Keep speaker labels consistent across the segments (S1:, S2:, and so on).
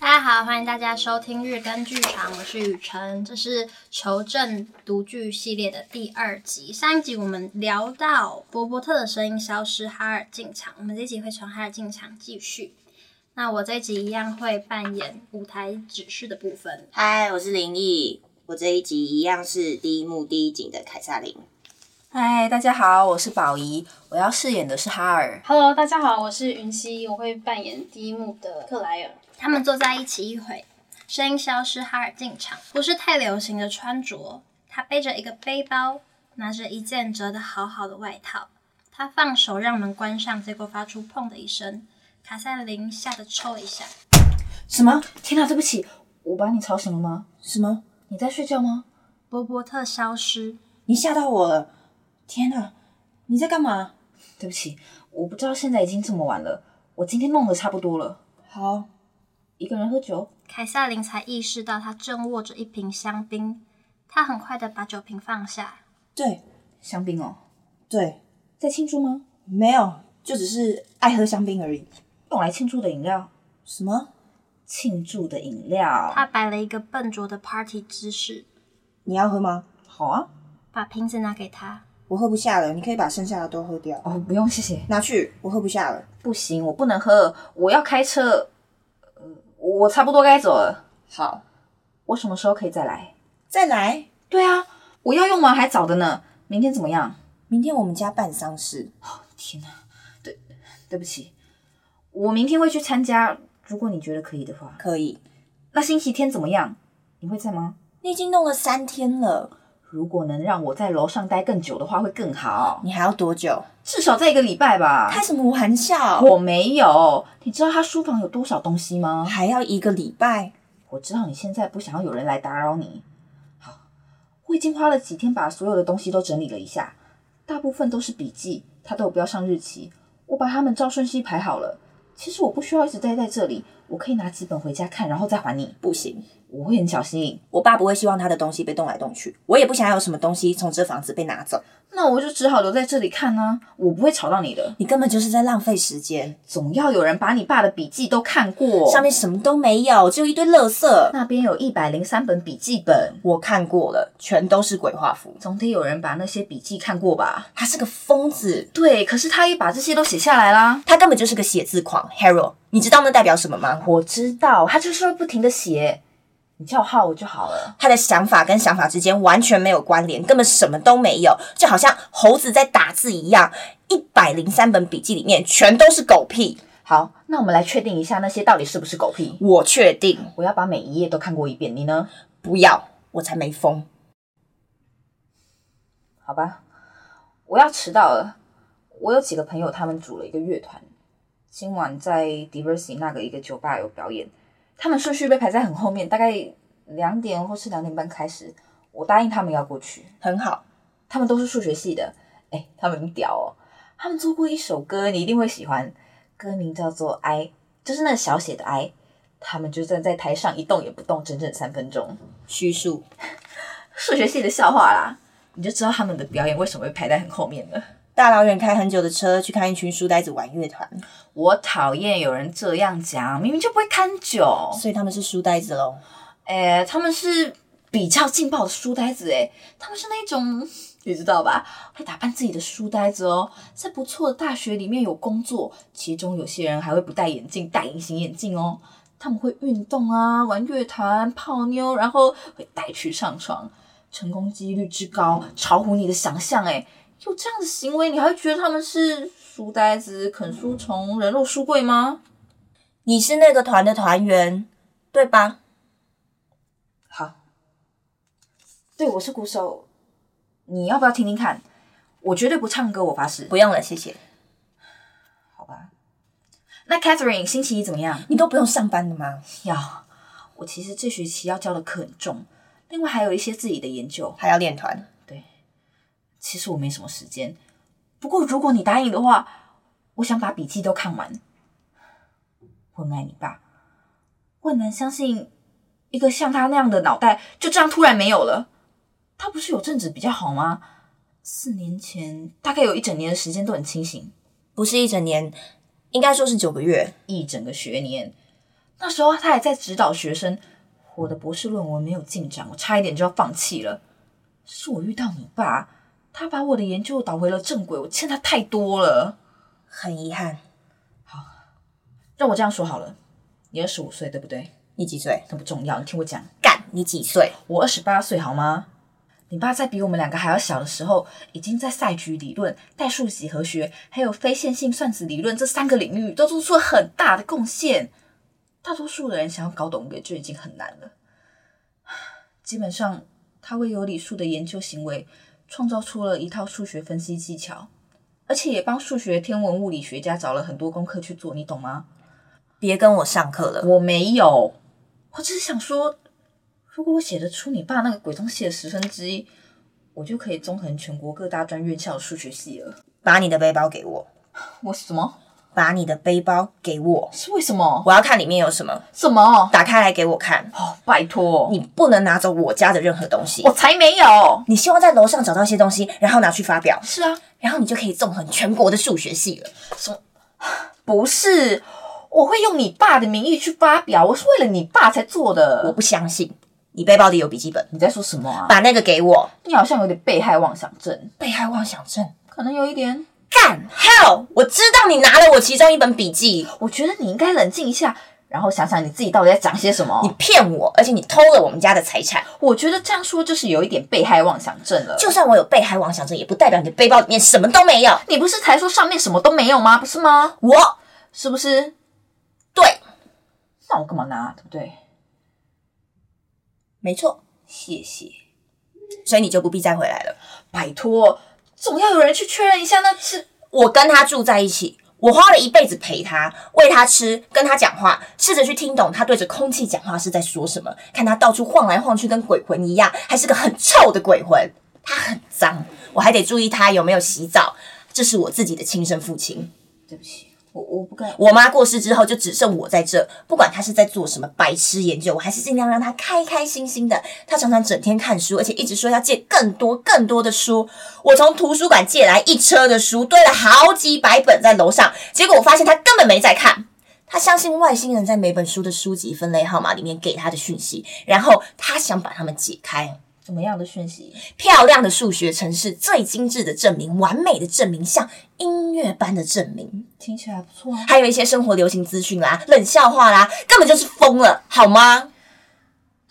S1: 好，欢迎大家收听日更剧场，我是雨辰，这是求证读剧系列的第二集。上一集我们聊到博伯特的声音消失，哈尔进场，我们这一集会从哈尔进场继续。那我这一集一样会扮演舞台指示的部分。
S2: 嗨，我是林毅，我这一集一样是第一幕第一景的凯撒琳。
S3: 嗨，大家好，我是宝仪，我要饰演的是哈尔。
S4: Hello，大家好，我是云溪，我会扮演第一幕的克莱尔。
S1: 他们坐在一起一会，声音消失，哈尔进场，不是太流行的穿着。他背着一个背包，拿着一件折得好好的外套。他放手让门关上，结果发出“砰”的一声，卡塞琳吓得抽一下。
S3: 什么？天哪，对不起，我把你吵醒了吗？什么？你在睡觉吗？
S1: 波波特消失，
S2: 你吓到我了！天哪，你在干嘛？
S3: 对不起，我不知道现在已经这么晚了，我今天弄得差不多了。
S2: 好，
S3: 一个人喝酒，
S1: 凯撒琳才意识到他正握着一瓶香槟。他很快的把酒瓶放下，
S5: 对
S3: 香槟哦，
S5: 对，
S3: 在庆祝吗？
S5: 没有，就只是爱喝香槟而已。
S3: 用来庆祝的饮料，
S5: 什么？
S3: 庆祝的饮料，
S1: 他摆了一个笨拙的 party 姿势，
S5: 你要喝吗？
S3: 好啊。
S1: 把瓶子拿给他。
S5: 我喝不下了，你可以把剩下的都喝掉。
S3: 哦，不用，谢谢。
S5: 拿去，我喝不下了。
S3: 不行，我不能喝，我要开车。呃，我差不多该走了。
S5: 好，
S3: 我什么时候可以再来？
S5: 再来。
S3: 对啊，我要用完还早的呢。明天怎么样？
S5: 明天我们家办丧事，
S3: 天哪，对，对不起，我明天会去参加，如果你觉得可以的话。
S5: 可以。
S3: 那星期天怎么样？你会在吗？
S5: 你已经弄了三天了，
S3: 如果能让我在楼上待更久的话，会更好，
S5: 你还要多久？
S3: 至少在一个礼拜吧。
S5: 开什么玩笑？
S3: 我没有，你知道他书房有多少东西吗？
S5: 还要一个礼拜。
S3: 我知道你现在不想要有人来打扰你。好，我已经花了几天把所有的东西都整理了一下，大部分都是笔记，它都有标上日期，我把它们照顺序排好了。其实我不需要一直待在这里，我可以拿几本回家看，然后再还你。
S5: 不行，
S3: 我会很小心。
S5: 我爸不会希望他的东西被动来动去，我也不想要有什么东西从这房子被拿走。
S3: 那我就只好留在这里看呢、我不会吵到你的。
S5: 你根本就是在浪费时间，
S3: 总要有人把你爸的笔记都看过。
S5: 上面什么都没有，只有一堆垃圾。
S3: 那边有一百零三本笔记本，
S5: 我看过了，全都是鬼画符。
S3: 总得有人把那些笔记看过吧？
S5: 他是个疯子，
S3: 对，可是他也把这些都写下来啦。
S5: 他根本就是个写字狂，Harold。你知道那代表什么吗？
S3: 我知道，他就是会不停的写，你叫号我就好了。
S5: 他的想法跟想法之间完全没有关联，根本什么都没有，就好像猴子在打字一样。一百零三本笔记里面全都是狗屁，
S3: 好，那我们来确定一下那些到底是不是狗屁。
S5: 我确定
S3: 我要把每一页都看过一遍，你呢？
S5: 不要，我才没疯。
S3: 好吧，我要迟到了。我有几个朋友，他们组了一个乐团，今晚在 Diversity 那个一个酒吧有表演，他们顺序被排在很后面，大概两点或是两点半开始。我答应他们要过去，
S5: 很好，
S3: 他们都是数学系的，哎、他们很屌哦。他们做过一首歌，你一定会喜欢，歌名叫做《哀》，就是那个小写的“哀”。他们就站在台上一动也不动，整整三分钟。
S5: 虚数。
S3: 数学系的笑话啦，你就知道他们的表演为什么会排在很后面了。
S5: 大老远开很久的车去看一群书呆子玩乐团，
S3: 我讨厌有人这样讲，明明就不会看酒。
S5: 所以他们是书呆子喽。
S3: 哎、他们是比较劲爆的书呆子、哎，他们是那种 你知道吧，会打扮自己的书呆子哦，在不错的大学里面有工作，其中有些人还会不戴眼镜，戴隐形眼镜哦。他们会运动啊，玩乐团、泡妞，然后会带去上床，成功几率之高，超乎你的想象、哎，有这样的行为，你还会觉得他们是书呆子、啃书虫、人肉书柜吗？
S5: 你是那个团的团员，对吧？
S3: 好，对，我是鼓手。你要不要听听看？我绝对不唱歌，我发誓。
S5: 不用了，谢谢。
S3: 好吧。那 Catherine 星期一怎么样？
S5: 你都不用上班的吗？
S3: 要。我其实这学期要教的课很重，另外还有一些自己的研究。
S5: 还要练团？
S3: 其实我没什么时间，不过如果你答应的话，我想把笔记都看完。我很爱你爸，我很难相信一个像他那样的脑袋就这样突然没有了。他不是有阵子比较好吗？四年前大概有一整年的时间都很清醒，
S5: 不是一整年，应该说是九个月。
S3: 一整个学年。那时候他还在指导学生，我的博士论文没有进展，我差一点就要放弃了。是我遇到你爸，他把我的研究导回了正轨，我欠他太多了。
S5: 很遗憾。
S3: 让我这样说好了，你二十五岁对不对？
S5: 你几岁？
S3: 那不重要，你听我讲，
S5: 干，你几岁？
S3: 我二十八岁好吗？你爸在比我们两个还要小的时候，已经在赛局理论、代数几何学还有非线性算子理论这三个领域都做出了很大的贡献。大多数的人想要搞懂一个就已经很难了， 基本上他为有理数的研究行为创造出了一套数学分析技巧，而且也帮数学、天文、物理学家找了很多功课去做，你懂吗？
S5: 别跟我上课了。
S3: 我没有，我只是想说，如果我写得出你爸那个鬼东西的十分之一，我就可以纵横全国各大专院校的数学系了。
S5: 把你的背包给我，
S3: 我什么？
S5: 把你的背包给我，
S3: 是为什么？
S5: 我要看里面有什么。
S3: 什么？
S5: 打开来给我看。
S3: 哦，拜托，
S5: 你不能拿走我家的任何东西
S3: 我。才没有。
S5: 你希望在楼上找到一些东西，然后拿去发表，
S3: 是啊，
S5: 然后你就可以纵横全国的数学系了。
S3: 不是，我会用你爸的名义去发表，我是为了你爸才做
S5: 我
S3: 的。
S5: 不相信，你背包里有笔记本，
S3: 你在说什么啊？
S5: 把那个给我。
S3: 你好像有点被害妄想症，
S5: 被害妄想症，
S3: 可能有一点。
S5: 干 hell！我知道你拿了我其中一本笔记，
S3: 我觉得你应该冷静一下，然后想想你自己到底在讲些什么。
S5: 你骗我，而且你偷了我们家的财产。
S3: 我觉得这样说就是有一点被害妄想症了。
S5: 就算我有被害妄想症，也不代表你的背包里面什么都没有。
S3: 你不是才说上面什么都没有吗？不是吗？
S5: 我
S3: 是不是？
S5: 对，
S3: 那我干嘛拿？对不对？
S5: 没错，
S3: 谢谢。
S5: 所以你就不必再回来了。
S3: 拜托，总要有人去确认一下那是。
S5: 我跟他住在一起，我花了一辈子陪他，喂他吃，跟他讲话，试着去听懂他对着空气讲话是在说什么，看他到处晃来晃去，跟鬼魂一样，还是个很臭的鬼魂。他很脏，我还得注意他有没有洗澡。这是我自己的亲生父亲。
S3: 对不起，我我不该。
S5: 我妈过世之后，就只剩我在这。不管她是在做什么白痴研究，我还是尽量让她开开心心的。她常常整天看书，而且一直说要借更多更多的书。我从图书馆借来一车的书，堆了好几百本在楼上。结果我发现她根本没在看。她相信外星人在每本书的书籍分类号码里面给她的讯息，然后她想把它们解开。
S3: 怎么样的讯息？
S5: 漂亮的数学程式，最精致的证明，完美的证明，像音乐般的证明。
S3: 听起来不错啊。
S5: 还有一些生活流行资讯啦、冷笑话啦，根本就是疯了，好吗？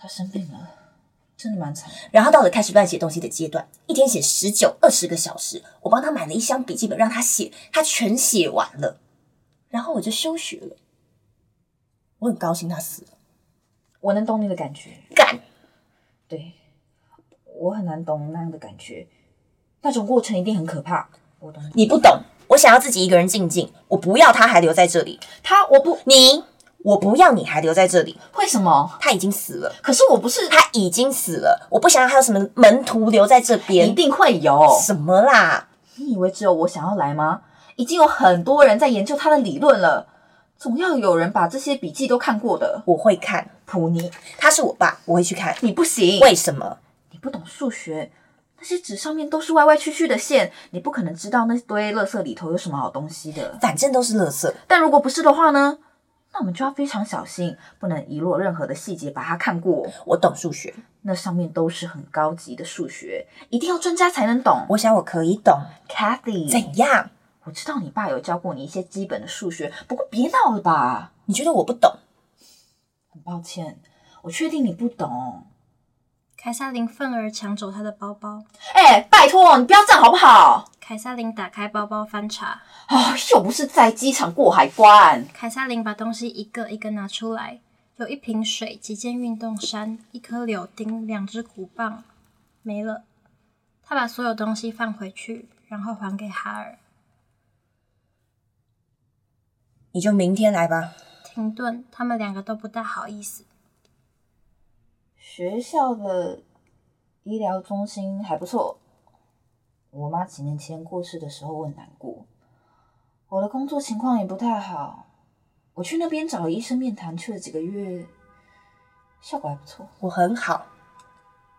S3: 他生病了，真的蛮惨的。
S5: 然后到了开始乱写东西的阶段，一天写十九、二十个小时，我帮他买了一箱笔记本让他写，他全写完了，然后我就休学了。我很高兴他死了，
S3: 我能懂你的感觉，
S5: 干
S3: 对我很难懂那样的感觉，那种过程一定很可怕。我懂你。
S5: 你不懂，我想要自己一个人静静，我不要他还留在这里。
S3: 他我不
S5: 你，我不要你还留在这里，
S3: 为什么？
S5: 他已经死了，
S3: 可是我不是
S5: 他已经死了，我不想让他有什么门徒留在这
S3: 一
S5: 边。
S3: 定会有。
S5: 什么啦？
S3: 你以为只有我想要来吗？已经有很多人在研究他的理论了，总要有人把这些笔记都看过的。
S5: 我会看。
S3: 普尼，
S5: 他是我爸，我会去看。
S3: 你不行，
S5: 为什么？
S3: 你不懂数学，那些纸上面都是歪歪曲曲的线，你不可能知道那堆垃圾里头有什么好东西的。
S5: 反正都是垃圾。
S3: 但如果不是的话呢？那我们就要非常小心，不能遗落任何的细节，把它看过。
S5: 我懂数学，
S3: 那上面都是很高级的数学，一定要专家才能懂。
S5: 我想我可以懂。
S3: Cathy，
S5: 怎样？
S3: 我知道你爸有教过你一些基本的数学，不过别闹了吧。
S5: 你觉得我不懂？
S3: 很抱歉，我确定你不懂。
S1: 凯撒琳愤而抢走他的包包，
S3: 哎、拜托，你不要这样好不好？
S1: 凯撒琳打开包包翻查，
S3: 哦，又不是在机场过海关。
S1: 凯撒琳把东西一个一个拿出来，有一瓶水、几件运动衫、一颗柳丁、两只鼓棒，没了。他把所有东西放回去，然后还给哈尔。
S5: 你就明天来吧。
S1: 停顿，他们两个都不大好意思。
S3: 学校的医疗中心还不错。我妈几年前过世的时候，我很难过。我的工作情况也不太好，我去那边找医生面谈，去了几个月，效果还不错。
S5: 我很好，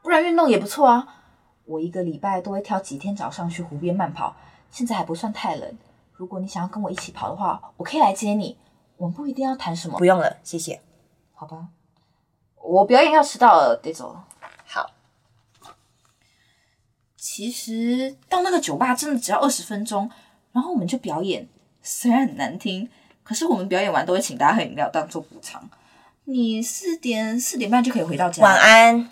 S3: 不然运动也不错啊。我一个礼拜都会挑几天早上去湖边慢跑，现在还不算太冷。如果你想要跟我一起跑的话，我可以来接你。我们不一定要谈什么
S5: 不，用了，谢谢。
S3: 好吧，我表演要迟到了，得走了。
S5: 好，
S3: 其实到那个酒吧真的只要二十分钟，然后我们就表演，虽然很难听，可是我们表演完都会请大家喝饮料当做补偿。你四点四点半就可以回到家，
S5: 晚，安。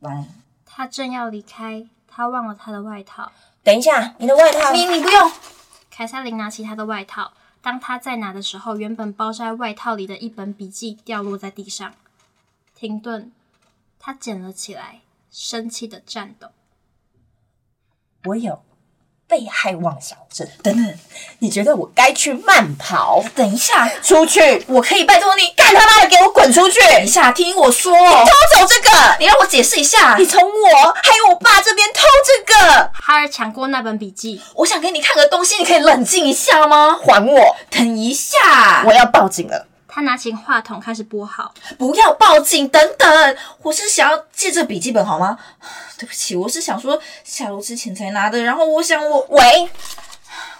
S3: 晚安。
S1: 他正要离开，他忘了他的外套。
S5: 等一下，你的外套，
S3: 你你不用，
S1: 凯撒琳拿起他的外套，当他在拿的时候，原本包在外套里的一本笔记掉落在地上。停顿，他捡了起来，生气的颤抖。
S5: 我有被害妄想症。等等，你觉得我该去慢跑？
S3: 等一下，
S5: 出去！
S3: 我可以拜托你
S5: 干他妈的，给我滚出去！
S3: 等一下听我说，
S5: 偷走这个！
S3: 你让我解释一下
S5: 你。从我还有我爸这边偷这个，
S1: 哈尔抢过那本笔记，
S3: 我想给你看个东西，你可以冷静一下吗？
S5: 还我！
S3: 等一下，
S5: 我要报警了。
S1: 他拿起话筒开始拨号。
S3: 不要报警，等等，我是想要借这笔记本好吗？ 对不起，我是想说下楼之前才拿的，然后我想我
S5: 喂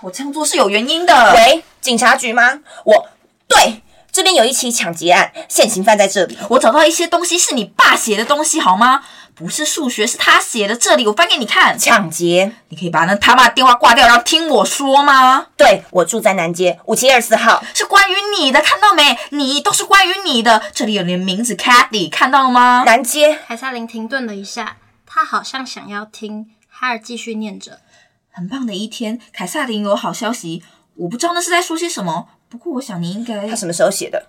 S3: 我这样做是有原因的。
S5: 喂，警察局吗？我对，这边有一起抢劫案，现行犯在这里。
S3: 我找到一些东西是你爸写的东西好吗？不是数学，是他写的。这里我翻给你看，
S5: 抢劫，
S3: 你可以把那他妈的电话挂掉，然后听我说吗？
S5: 对我住在南街五七二四号。
S3: 是关于你的，看到没？你都是关于你的。这里有你的名字 c a t h y 看到了吗？
S5: 南街，
S1: 凯撒琳停顿了一下，她好像想要听。哈尔继续念着，
S3: 很棒的一天，凯撒琳有好消息。我不知道那是在说些什么，不过我想你应该
S5: 他什么时候写的？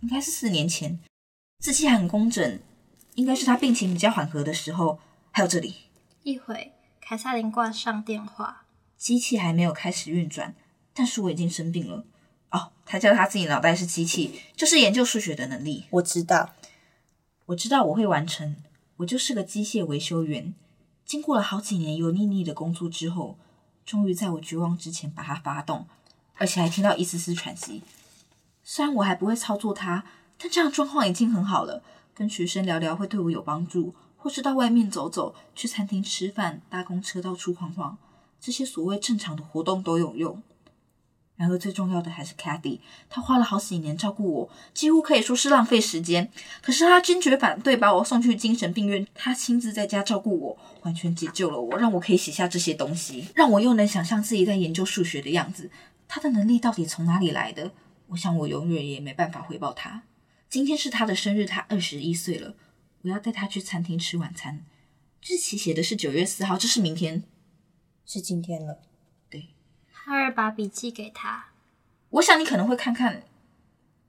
S3: 应该是四年前，字迹还很工整，应该是他病情比较缓和的时候。还有这里，
S1: 一会凯撒琳挂上电话。
S3: 机器还没有开始运转，但是我已经生病了。哦，他叫他自己脑袋是机器，就是研究数学的能力。
S5: 我知道，
S3: 我知道我会完成，我就是个机械维修员。经过了好几年油腻腻的工作之后，终于在我绝望之前把它发动，而且还听到一丝丝喘息。虽然我还不会操作它，但这样状况已经很好了。跟学生聊聊会对我有帮助，或是到外面走走，去餐厅吃饭，搭公车到处晃晃，这些所谓正常的活动都有用。然而最重要的还是 Caddy，他花了好几年照顾我，几乎可以说是浪费时间。可是他坚决反对把我送去精神病院，他亲自在家照顾我，完全解救了我，让我可以写下这些东西，让我又能想象自己在研究数学的样子。他的能力到底从哪里来的？我想我永远也没办法回报他。今天是他的生日，他二十一岁了，我要带他去餐厅吃晚餐。日期写的是九月四号，这是明天。
S5: 是今天了。
S1: 哈尔把笔记给他，
S3: 我想你可能会看看，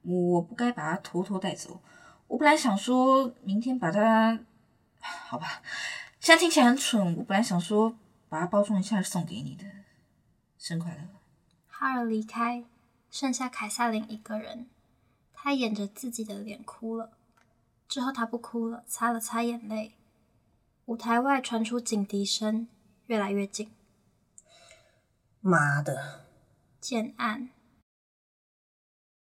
S3: 我不该把它偷偷带走。我本来想说明天把它，好吧，现在听起来很蠢。我本来想说把它包装一下送给你的，生日快乐。
S1: 哈尔离开，剩下凯撒琳一个人。她掩着自己的脸哭了。之后她不哭了，擦了擦眼泪。舞台外传出警笛声，越来越近。
S5: 妈的，
S1: 建案